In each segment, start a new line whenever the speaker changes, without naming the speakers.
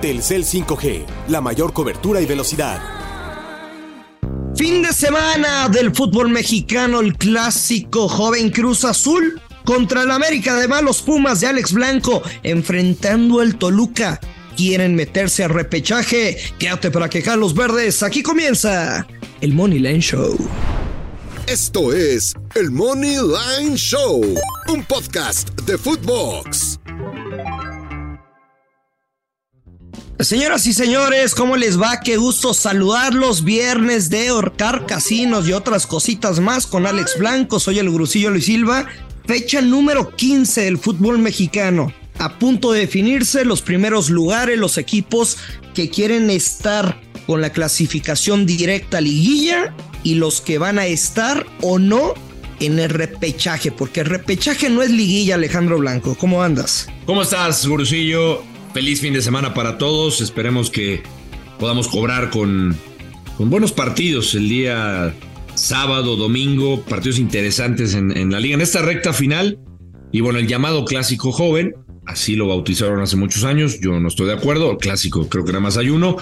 Telcel 5G, la mayor cobertura y velocidad.
Fin de semana del fútbol mexicano, el clásico joven Cruz Azul contra el América. Además, los Pumas de Alex Blanco enfrentando el Toluca. Quieren meterse a repechaje. Quédate para quejar los verdes. Aquí comienza el Money Line Show.
Esto es el Money Line Show, un podcast de Footbox.
Señoras y señores, ¿cómo les va? Qué gusto saludarlos. Viernes de Orcar Casinos y otras cositas más con Alex Blanco. Soy el Grucillo Luis Silva. Fecha número 15 del fútbol mexicano. A punto de definirse los primeros lugares, los equipos que quieren estar con la clasificación directa a liguilla y los que van a estar o no en el repechaje, porque el repechaje no es liguilla, Alejandro Blanco. ¿Cómo andas?
¿Cómo estás, Gurusillo? Feliz fin de semana para todos. Esperemos que podamos cobrar con, con buenos partidos el día sábado, domingo, partidos interesantes en, en la liga, en esta recta final. Y bueno, el llamado clásico joven, así lo bautizaron hace muchos años, yo no estoy de acuerdo, el clásico creo que nada más hay uno,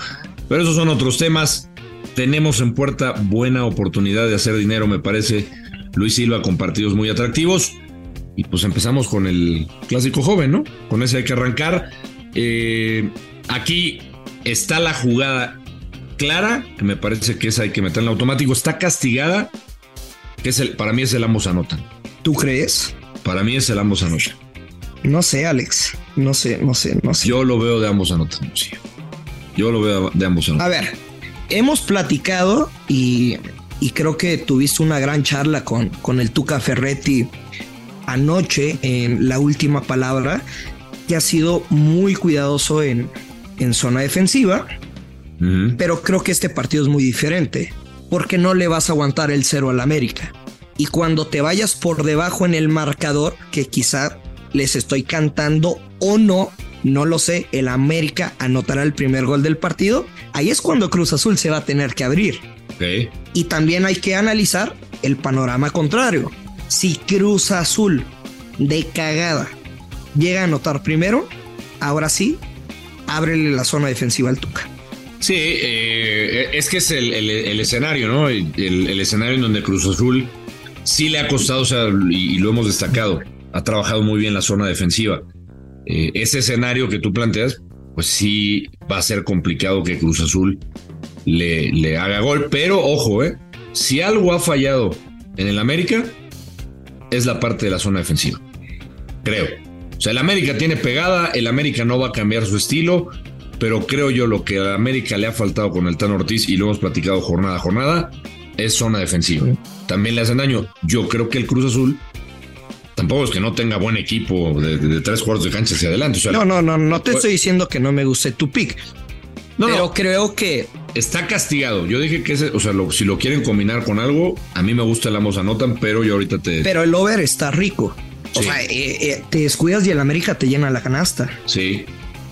pero esos son otros temas. Tenemos en puerta buena oportunidad de hacer dinero, me parece, Luis Silva, con partidos muy atractivos. Y pues empezamos con el clásico joven, ¿no? Con ese hay que arrancar. Eh, aquí está la jugada clara, que me parece que esa hay que meter en el automático. Está castigada, que es el, para mí es el ambos anotan.
¿Tú crees?
Para mí es el ambos anotan.
No sé, Alex. No sé, no sé, no sé.
Yo lo veo de ambos anotan, sí. Yo lo veo de ambos
A
anotan.
ver, hemos platicado y, y creo que tuviste una gran charla con, con el Tuca Ferretti anoche en la última palabra, que ha sido muy cuidadoso en, en zona defensiva,
Ujú.
pero creo que este partido es muy diferente, porque no le vas a aguantar el cero al América. Y cuando te vayas por debajo en el marcador, que quizá les estoy cantando o no, no lo sé, el América anotará el primer gol del partido, ahí es cuando Cruz Azul se va a tener que abrir.
Ok.
Y también hay que analizar el panorama contrario. Si Cruz Azul de cagada llega a anotar primero, ahora sí, ábrele la zona defensiva al Tuca.
Sí, eh, es que es el, el- el escenario, ¿no? El, el escenario en donde Cruz Azul sí le ha costado, o sea, y, y lo hemos destacado, ha trabajado muy bien la zona defensiva. Eh, ese escenario que tú planteas, pues sí va a ser complicado que Cruz Azul le, le haga gol, pero ojo, ¿eh? Si algo ha fallado en el América, es la parte de la zona defensiva. Creo. O sea, el América tiene pegada, el América no va a cambiar su estilo, pero creo yo lo que a América le ha faltado con el Tan Ortiz y lo hemos platicado jornada a jornada es zona defensiva. También le hacen daño. Yo creo que el Cruz Azul tampoco es que no tenga buen equipo de, de- de tres cuartos de cancha hacia adelante. O sea,
No, no, no, no te estoy diciendo que no me guste tu pick,
no,
pero
no,
creo que
está castigado. Yo dije que ese, o sea, lo- si lo quieren combinar con algo, a mí me gusta el ambos anotan, pero yo ahorita te.
pero el over está rico. O
Sí.
sea, eh, eh, te descuidas y el América te llena la canasta.
Sí.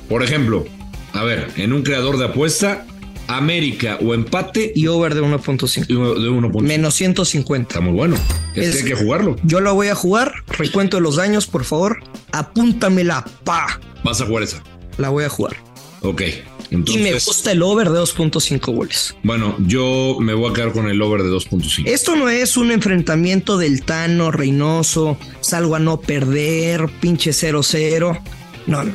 Por ejemplo, a ver, en un creador de apuesta, América o empate
Y over de 1.5.
de uno- de 1.5.
Menos 150.
Está muy bueno. Es,
Es-
que hay que jugarlo.
Yo la voy a jugar. Recuento de los daños, por favor. Apúntamela, pa.
Vas a jugar esa.
La voy a jugar.
Ok.
Y me
Entonces,
gusta el over de 2.5 goles.
bueno, yo me voy a quedar con el over de 2.5.
Esto no es un enfrentamiento del Tano, Reynoso, salgo a no perder, pinche 0-0. No, no, no.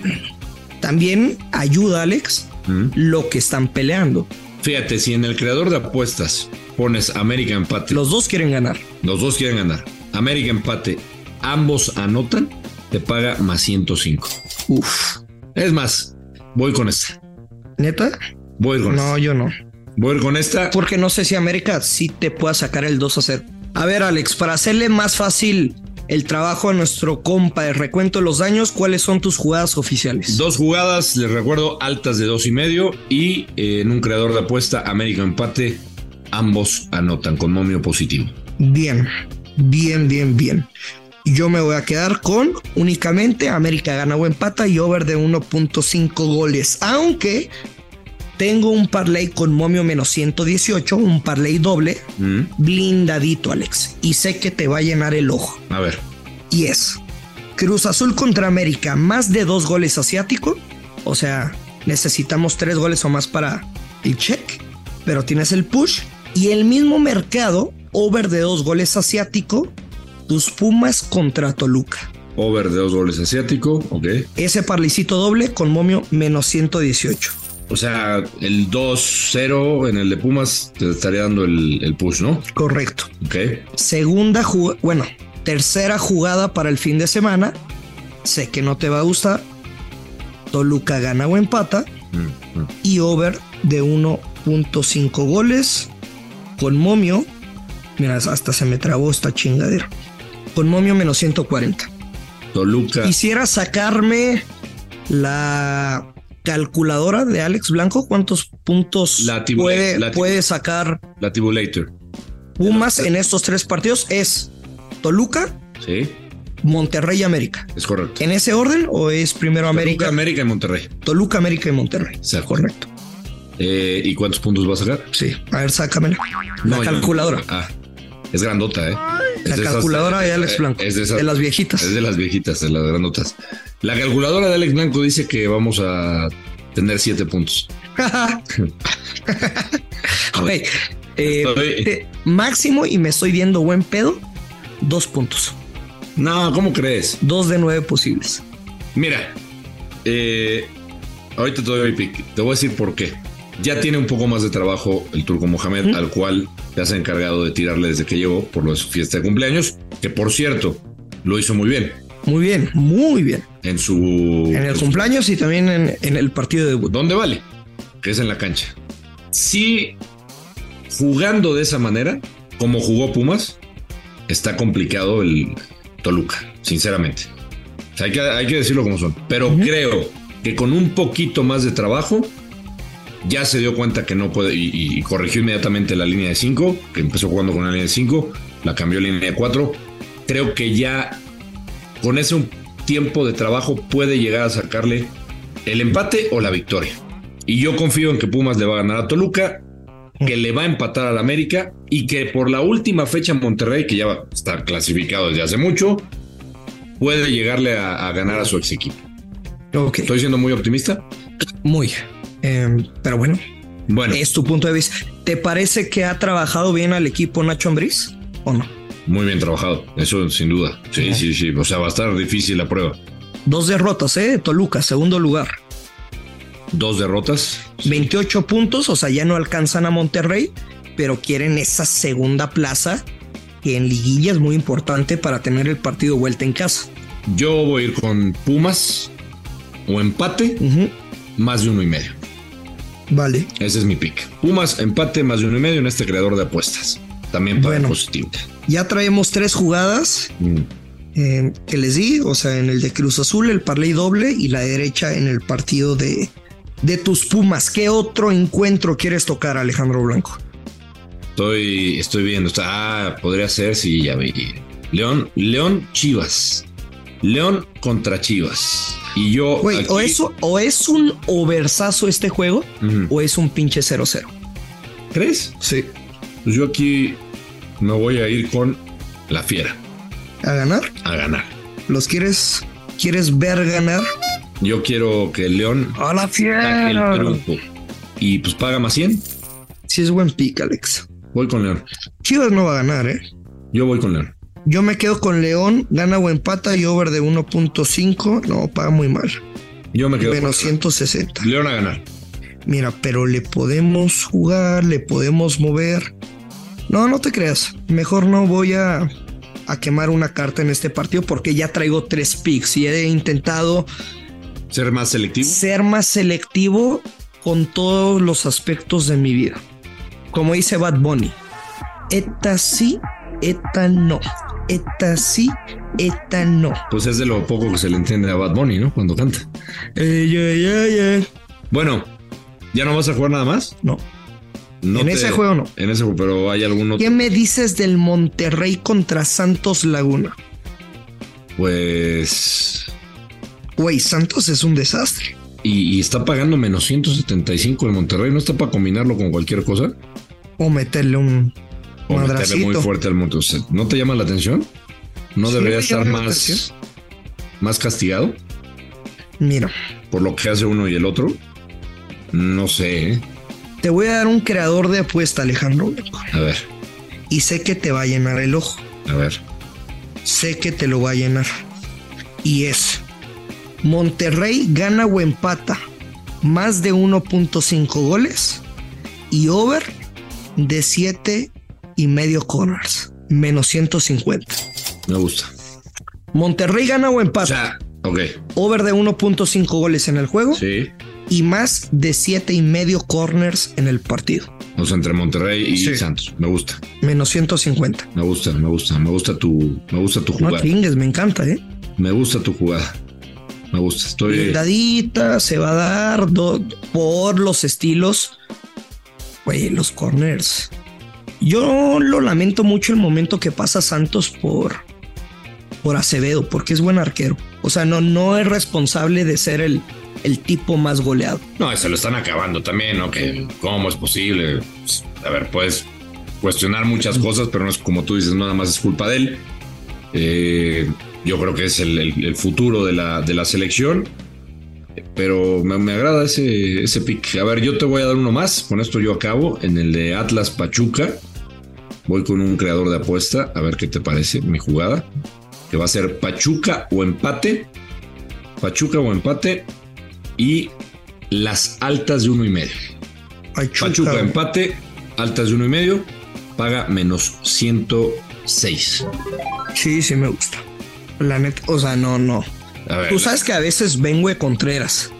También ayuda, Alex,
Mm.
lo que están peleando.
Fíjate, si en el creador de apuestas pones América empate, los,
Los dos quieren ganar.
dos quieren ganar. América empate, ambos anotan, te paga más 105.
Uf,
Es más, voy con esta.
¿neta?
Voy con
No,
esta.
yo Pues- no.
Voy con esta.
Porque no sé si América sí te pueda sacar el 2 a 0. A ver, Alex, para hacerle más fácil el trabajo a nuestro compa de recuento de los daños, ¿cuáles son tus jugadas oficiales?
Dos jugadas, les recuerdo, altas de dos y medio y eh, en un creador de apuesta, América empate, ambos anotan con momio positivo.
Bien, bien, bien, bien. Yo me voy a quedar con únicamente América gana o empata y over de 1.5 goles. Aunque tengo un parlay con momio menos 118, un parlay doble,
Mm,
blindadito, Alex. Y sé que te va a llenar el ojo.
A ver,
Y es Cruz Azul contra América, más de dos goles asiático. O sea, necesitamos tres goles o más para el check, pero tienes el push y el mismo mercado, over de dos goles asiático, tus Pumas contra Toluca.
Over de dos goles asiático, ok.
Ese parlicito doble con momio menos 118.
O sea, el 2-0 en el de Pumas te estaría dando el, el push, ¿no?
Correcto.
Ok.
Segunda jugada, bueno, tercera jugada para el fin de semana. Sé que no te va a gustar. Toluca gana o empata.
Mm, mm.
Y over de 1.5 goles con momio. Mira, hasta se me trabó esta chingadera. Con momio menos 140.
Toluca.
Quisiera sacarme la calculadora de Alex Blanco. ¿Cuántos puntos
La tibu-
puede,
la tibu-
puede sacar
La Tibulator.
Pumas en estos tres partidos? Es Toluca,
Sí,
Monterrey y América.
es correcto.
¿En ese orden o es primero América?
Toluca, América y Monterrey.
Toluca, América y Monterrey.
Exacto.
Correcto.
Eh, ¿Y cuántos puntos va a sacar?
Sí. A ver, sácamela. La
No, yo-
calculadora.
Ah, es grandota, ¿eh? Es
La
esas-
calculadora de Alex
eh,
Blanco.
Es de, esas-
De las viejitas.
Es de las viejitas, de las grandotas. La calculadora de Alex Blanco dice que vamos a tener siete puntos.
Güey, eh,
Estoy-
eh, máximo y me estoy viendo buen pedo. Dos puntos.
No, ¿cómo crees?
Dos de nueve posibles.
Mira, eh, ahorita te doy mi pick. Te voy a decir por qué. Ya tiene un poco más de trabajo el Turco Mohamed, al cual te has encargado de tirarle desde que llegó por lo de su fiesta de cumpleaños, que por cierto, lo hizo muy bien
Muy bien, muy bien.
en su...
En el
en su-
cumpleaños y también en, en el partido de debut.
¿Dónde vale? Que es en la cancha. Si jugando de esa manera, como jugó Pumas, está complicado el Toluca, sinceramente. O sea, hay, que, hay que decirlo como son. Pero
Ujú.
creo que con un poquito más de trabajo, ya se dio cuenta que no puede y, y- y corrigió inmediatamente la línea de 5, que empezó jugando con la línea de 5, la cambió a línea de 4. Creo que ya con ese un tiempo de trabajo puede llegar a sacarle el empate o la victoria. Y yo confío en que Pumas le va a ganar a Toluca, que le va a empatar al América y que por la última fecha Monterrey, que ya va- está clasificado desde hace mucho, puede llegarle a, a ganar a su ex equipo.
Ok,
¿Estoy siendo muy optimista?
muy. Eh, pero bueno,
Bueno,
es tu punto de vista. ¿Te parece que ha trabajado bien al equipo Nacho Ambriz o no?
muy bien trabajado, eso sin duda. Sí, sí, sí. O sea, va a estar difícil la prueba.
Dos derrotas, ¿eh? Toluca, segundo lugar.
Dos derrotas.
28 puntos, o sea, ya no alcanzan a Monterrey, pero quieren esa segunda plaza que en liguilla es muy importante para tener el partido vuelta en casa.
Yo voy a ir con Pumas o empate,
Ujú,
más de uno y medio.
Vale.
Ese es mi pick. Pumas, empate más de uno y medio en este creador de apuestas. También para
Bueno.
positivo.
Ya traemos tres jugadas
Mm,
eh, que les di, o sea, en el de Cruz Azul, el parlay doble y la derecha en el partido de, de tus Pumas. ¿Qué otro encuentro quieres tocar, Alejandro Blanco?
Estoy, estoy viendo. Está, ah, podría ser, sí, ya vi. León, León, Chivas. León contra Chivas. Y yo.
Güey, o,
Oh, aquí-
eso, o es un oversazo este juego
Ujú.
o es un pinche 0-0.
¿Crees?
Sí.
Pues yo aquí me voy a ir con la fiera
¿A ganar?
a ganar.
¿Los quieres, quieres ver ganar?
Yo quiero que León
A la
saque el
fiera.
triunfo. Y pues paga más 100.
Si es buen pick, Alex.
Voy con León.
Chivas no va a ganar, ¿eh?
Yo voy con León.
Yo me quedo con León, gana o empata y over de 1.5. No, paga muy mal.
Yo me quedo con
Menos 160.
León a ganar.
Mira, pero le podemos jugar, le podemos mover. No, no te creas. Mejor no voy a, a quemar una carta en este partido porque ya traigo tres picks y he intentado
Ser más selectivo.
ser más selectivo con todos los aspectos de mi vida. Como dice Bad Bunny, eta sí, eta no, eta sí, eta no.
Pues es de lo poco que se le entiende a Bad Bunny, ¿no? Cuando canta. Eh,
Ey, ey, ey, ey.
Bueno, ¿ya no vas a jugar nada más?
No,
No
en
te-
ese juego no.
En ese juego, pero hay algún otro.
¿Qué me dices del Monterrey contra Santos Laguna?
Pues.
Güey, Santos es un desastre.
Y, y está pagando menos 175 el Monterrey. ¿No está para combinarlo con cualquier cosa?
O meterle un
O meterle muy
madracito.
fuerte al Monterrey. O sea, ¿No te llama la atención? ¿No
Sí,
debería
me
estar
llama la
más,
atención.
más castigado
Mira,
por lo que hace uno y el otro? No sé. ¿eh?
Te voy a dar un creador de apuesta, Alejandro. Obregón,
A ver,
Y sé que te va a llenar el ojo.
a ver.
Sé que te lo va a llenar. Y es Monterrey gana o empata más de 1.5 goles y over de 7 y medio corners, menos 150.
Me gusta.
Monterrey gana o empata.
O sea, ok.
over de 1.5 goles en el juego
Sí.
y más de 7 y medio corners en el partido.
O sea, entre Monterrey y
Sí.
Santos. Me gusta,
Menos 150.
me gusta, me gusta, me gusta tu, me gusta tu
No
jugada.
chingues, me encanta, ¿eh?
Me gusta tu jugada. Me gusta. Estoy.
Blindadita, se va a dar do- por los estilos. Güey, los corners. Yo lo lamento mucho el momento que pasa Santos por, por Acevedo, porque es buen arquero. O sea, no, no es responsable de ser el, el tipo más goleado.
No, se lo están acabando también, ¿no? Que cómo es posible. Pues, A ver, puedes cuestionar muchas cosas, pero no es como tú dices, nada más es culpa de él. Eh, yo creo que es el, el- el futuro de la, de la selección. Pero me, me agrada ese, ese pick. A ver, yo te voy a dar uno más. Con esto yo acabo. En el de Atlas Pachuca. Voy con un creador de apuesta. A ver qué te parece mi jugada. Que va a ser Pachuca o empate. Pachuca o empate. Y las altas de uno y medio.
Pachuca,
Pachuca
güey.
empate, altas de uno y medio, paga menos 106.
Sí, sí me gusta. La neta, o sea, no, no.
A ver,
Tú Pues, sabes que a veces vengo de Contreras,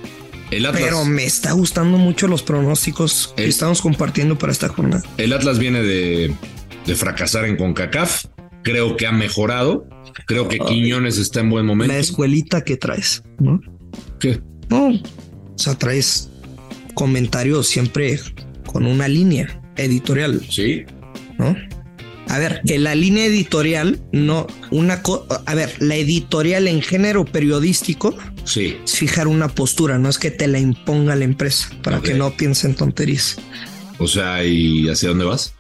el Atlas,
pero me está gustando mucho los pronósticos que
El-
estamos compartiendo para esta jornada.
el Atlas viene de, de fracasar en CONCACAF. Creo que ha mejorado. Creo que
Ay.
Quiñones está en buen momento.
La escuelita que traes, ¿no?
¿Qué?
No, o sea, traes comentarios siempre con una línea editorial,
Sí,
¿no? A ver, que la línea editorial, no, una cosa, a ver, la editorial en género periodístico
sí.
es fijar una postura, no es que te la imponga la empresa para
Ok.
que no piensen tonterías.
O sea, ¿y hacia dónde vas?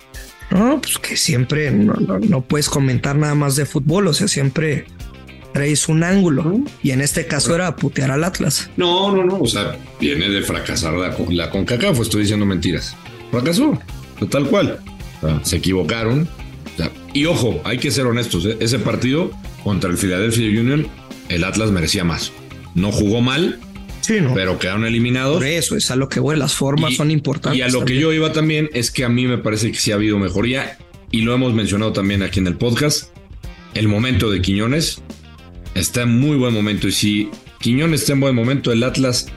No, pues que siempre no, no- no puedes comentar nada más de fútbol, o sea, siempre traes un ángulo. Y en este caso era putear al Atlas.
No, no, no. O sea, viene de fracasar la, la CONCACAF. Estoy diciendo mentiras. Fracasó, tal cual. O sea, se equivocaron. O sea, y ojo, hay que ser honestos. ¿eh? Ese partido contra el Philadelphia Union, el Atlas merecía más. No jugó mal,
Sí, no.
pero quedaron eliminados.
Por eso es a lo que voy, las formas
Y-
son importantes.
Y a lo que yo iba también es que a mí me parece que sí ha habido mejoría y lo hemos mencionado también aquí en el podcast. El momento de Quiñones está en muy buen momento y si Quiñones está en buen momento, el Atlas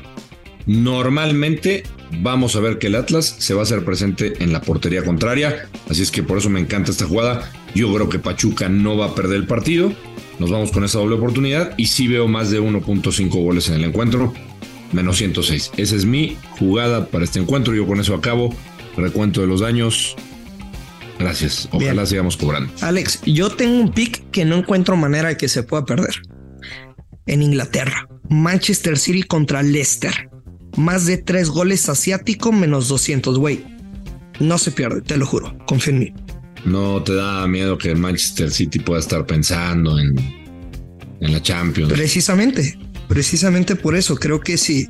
normalmente vamos a ver que el Atlas se va a hacer presente en la portería contraria. Así es que por eso me encanta esta jugada. Yo creo que Pachuca no va a perder el partido. Nos vamos con esa doble oportunidad y sí veo más de 1.5 goles en el encuentro menos 106. Esa es mi jugada para este encuentro. Yo con eso acabo. Recuento de los daños. Gracias. Ojalá
Bien.
sigamos cobrando.
Alex, yo tengo un pick que no encuentro manera de que se pueda perder. En Inglaterra, Manchester City contra Leicester. Más de tres goles asiático menos 200, güey. No se pierde, te lo juro. Confía en mí.
No te da miedo que el Manchester City pueda estar pensando en, en la Champions.
Precisamente, precisamente por eso creo que si,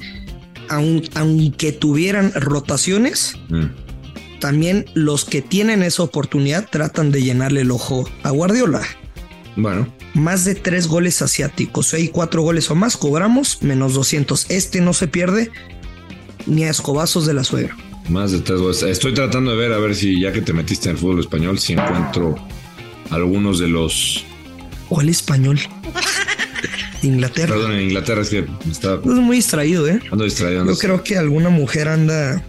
aun- aunque tuvieran rotaciones,
Mm.
también los que tienen esa oportunidad tratan de llenarle el ojo a Guardiola.
Bueno,
Más de tres goles asiáticos, hay cuatro goles o más, cobramos menos 200. Este no se pierde ni a escobazos de la suegra.
más de tres goles. Estoy tratando de ver, a ver si ya que te metiste en el fútbol español, si encuentro algunos de los.
O el español. De Inglaterra.
Perdón, en Inglaterra es que me estaba
Es muy distraído, ¿eh?
ando distraído.
Yo creo que alguna mujer anda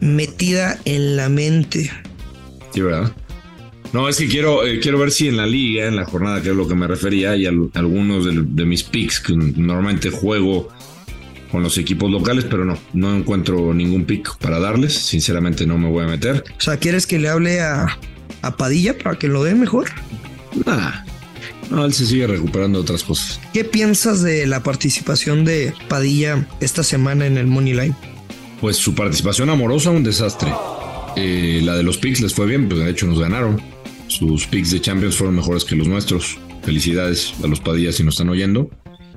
metida en la mente.
Sí, ¿verdad? No, es que quiero, eh, quiero ver si en la liga, en la jornada, que es lo que me refería, y al- algunos del- de, mis picks, que normalmente juego con los equipos locales, pero no, no encuentro ningún pick para darles. Sinceramente no me voy a meter.
O sea, ¿quieres que le hable a, a Padilla para que lo dé mejor?
Nada. No, él se sigue recuperando de otras cosas.
¿Qué piensas de la participación de Padilla esta semana en el Money Line?
Pues su participación amorosa, un desastre. Eh, la de los picks les fue bien, pues de hecho nos ganaron. Sus picks de Champions fueron mejores que los nuestros. Felicidades a los Padillas si nos están oyendo.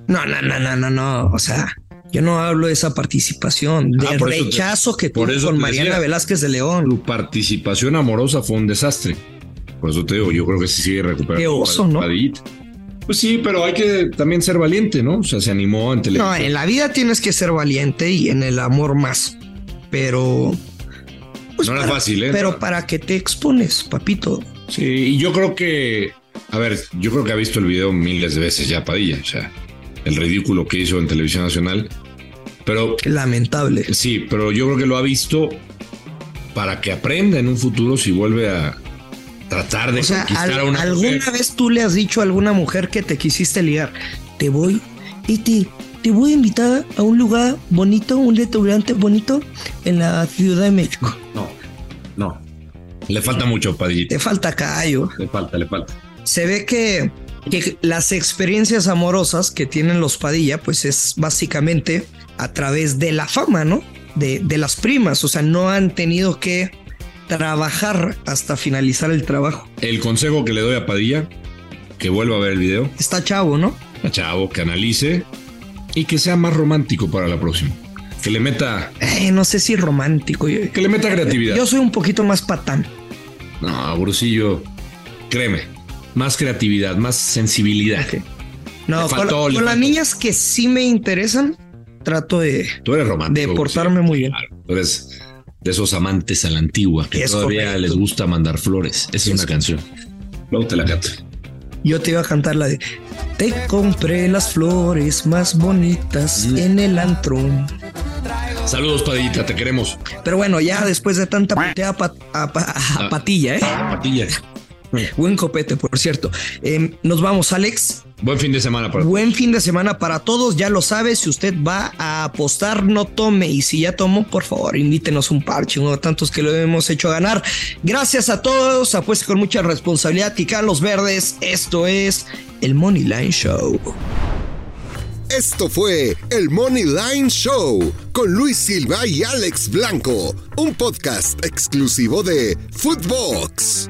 No, no, no, no, no, no. O sea, Yo no hablo de esa participación,
Ah,
del
por eso te-
rechazo que
por
tuvo
eso
con
te
Mariana
decía.
Velázquez de León.
Su participación amorosa fue un desastre. Por eso te digo, yo creo que sí sigue recuperando.
Qué oso, ¿no?
Padillita. Pues sí, pero hay que también ser valiente, ¿no? O sea, se animó ante la-
No, eh. en la vida tienes que ser valiente y en el amor más. Pero. pues
No era
para-
fácil, ¿eh?
Pero para qué te expones, papito.
Sí, y yo creo que, a ver, yo creo que ha visto el video miles de veces ya Padilla, o sea, el ridículo que hizo en Televisión Nacional, pero
Lamentable.
sí, pero yo creo que lo ha visto para que aprenda en un futuro si vuelve a tratar de
O sea,
conquistar
al-
a una
alguna
mujer.
vez tú le has dicho a alguna mujer que te quisiste ligar, te voy, y te, te voy a invitar a un lugar bonito, un restaurante bonito en la Ciudad de México.
No, no, le falta mucho Padillita,
Te falta callo.
le falta, le falta.
Se ve que, que las experiencias amorosas que tienen los Padilla, pues es básicamente a través de la fama, ¿no? De, de las primas, o sea, no han tenido que trabajar hasta finalizar el trabajo.
El consejo que le doy a Padilla, que vuelva a ver el video,
Está chavo, ¿no?
a Chavo, que analice y que sea más romántico para la próxima, que le meta,
Eh, no sé si romántico. yo- eh,
que le meta creatividad.
Yo soy un poquito más patán.
No, Brusillo, créeme, más creatividad, más sensibilidad.
No,
Le
con,
faltó,
con
le
las
faltó.
niñas que sí me interesan, trato de,
Tú eres
de
romántico.
portarme muy bien.
Brusillo. Tú eres de esos amantes a la antigua que
Es
todavía
correcto.
les gusta mandar flores. Esa es una
Es-
canción. Luego te la canto.
Yo te iba a cantar la de Te compré las flores más bonitas en el antro.
Saludos, Padillita, te queremos.
Pero bueno, ya después de tanta puteada pa- a, pa- a
Ah.
patilla, ¿eh?
Patilla.
Buen copete, por cierto. Em, nos vamos, Alex.
Buen fin de semana para
Buen fin de semana para todos. Ya lo sabe, si usted va a apostar, no tome. Y si ya tomó, por favor, invítenos un parche, uno de tantos que lo hemos hecho ganar. Gracias a todos. Apueste con mucha responsabilidad. Ticán Los Verdes. Esto es el Money Line Show.
Esto fue el Money Line Show con Luis Silva y Alex Blanco, un podcast exclusivo de Footbox.